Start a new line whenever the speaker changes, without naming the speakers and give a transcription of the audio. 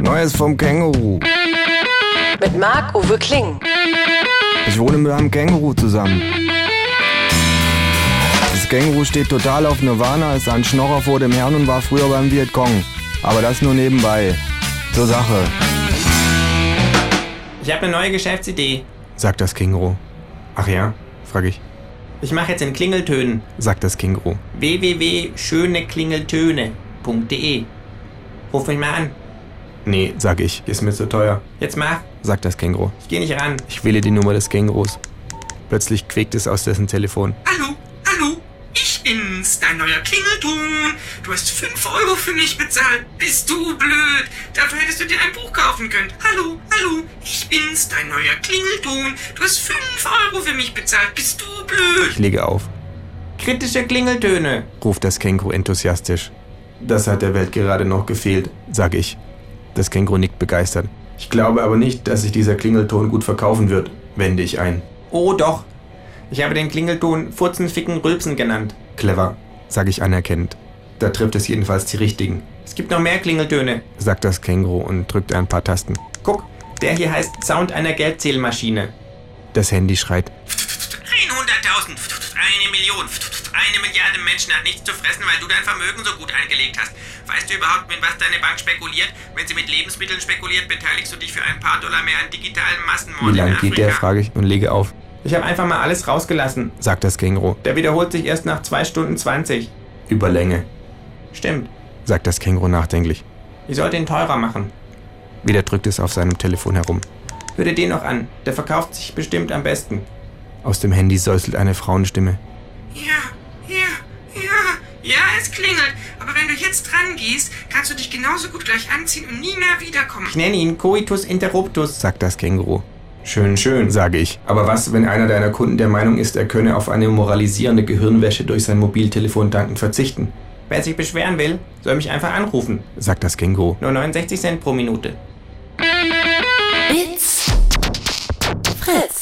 Neues vom Känguru.
Mit Marc-Uwe Kling.
Ich wohne mit einem Känguru zusammen. Das Känguru steht total auf Nirvana, ist ein Schnorrer vor dem Herrn und war früher beim Vietcong. Aber das nur nebenbei. Zur Sache,
Ich habe eine neue Geschäftsidee.
sagt das Känguru. Ach ja, frage ich.
Ich mache jetzt in Klingeltönen
Sagt das Känguru.
www.schöneklingeltöne.de. Ruf mich mal an.
Nee, sag ich. Ist mir zu teuer.
Jetzt mach.
Sagt das Känguru.
Ich gehe nicht ran.
Ich wähle die Nummer des Kängurus. Plötzlich quäkt es aus dessen Telefon.
Hallo, hallo, ich bin's, dein neuer Klingelton. Du hast 5 Euro für mich bezahlt. Bist du blöd? Dafür hättest du dir ein Buch kaufen können. Hallo, hallo, ich bin's, dein neuer Klingelton. Du hast 5 Euro für mich bezahlt. Bist du blöd?
Ich lege auf.
Kritische Klingeltöne.
ruft das Känguru enthusiastisch. Das hat der Welt gerade noch gefehlt, sage ich. Das Känguru nickt begeistert. Ich glaube aber nicht, dass sich dieser Klingelton gut verkaufen wird, wende ich ein.
Oh doch. Ich habe den Klingelton Furzen, Ficken, Rülpsen genannt.
Clever, sage ich anerkennend. Da trifft es jedenfalls die richtigen,
Es gibt noch mehr Klingeltöne.
sagt das Känguru und drückt ein paar Tasten.
Guck, der hier heißt Sound einer Geldzählmaschine.
Das Handy schreit.
100.000, eine Million, eine Milliarde Menschen hat nichts zu fressen, weil du dein Vermögen so gut angelegt hast. Weißt du überhaupt, mit was deine Bank spekuliert? Wenn sie mit Lebensmitteln spekuliert, beteiligst du dich für ein paar Dollar mehr an digitalen Massenmorden
Wie
in
lang
Afrika.
geht der? frage ich und lege auf,
Ich habe einfach mal alles rausgelassen.
sagt das Känguru.
Der wiederholt sich erst nach 2 Stunden 20.
Überlänge,
Stimmt.
sagt das Känguru nachdenklich.
Ich sollte ihn teurer machen.
Wieder drückt es auf seinem Telefon herum.
Hör dir den noch an. Der verkauft sich bestimmt am besten.
Aus dem Handy säuselt eine Frauenstimme.
Ja, ja, ja, ja, es klingelt. Aber wenn du jetzt dran gehst, kannst du dich genauso gut gleich anziehen und nie mehr wiederkommen.
Ich nenne ihn Coitus Interruptus.
sagt das Känguru.
Schön, schön.
Sage ich.
Aber was, wenn einer deiner Kunden der Meinung ist, er könne auf eine moralisierende Gehirnwäsche durch sein Mobiltelefon danken verzichten?
Wer sich beschweren will, soll mich einfach anrufen.
sagt das Känguru.
Nur 69 Cent pro Minute.
It's Fritz.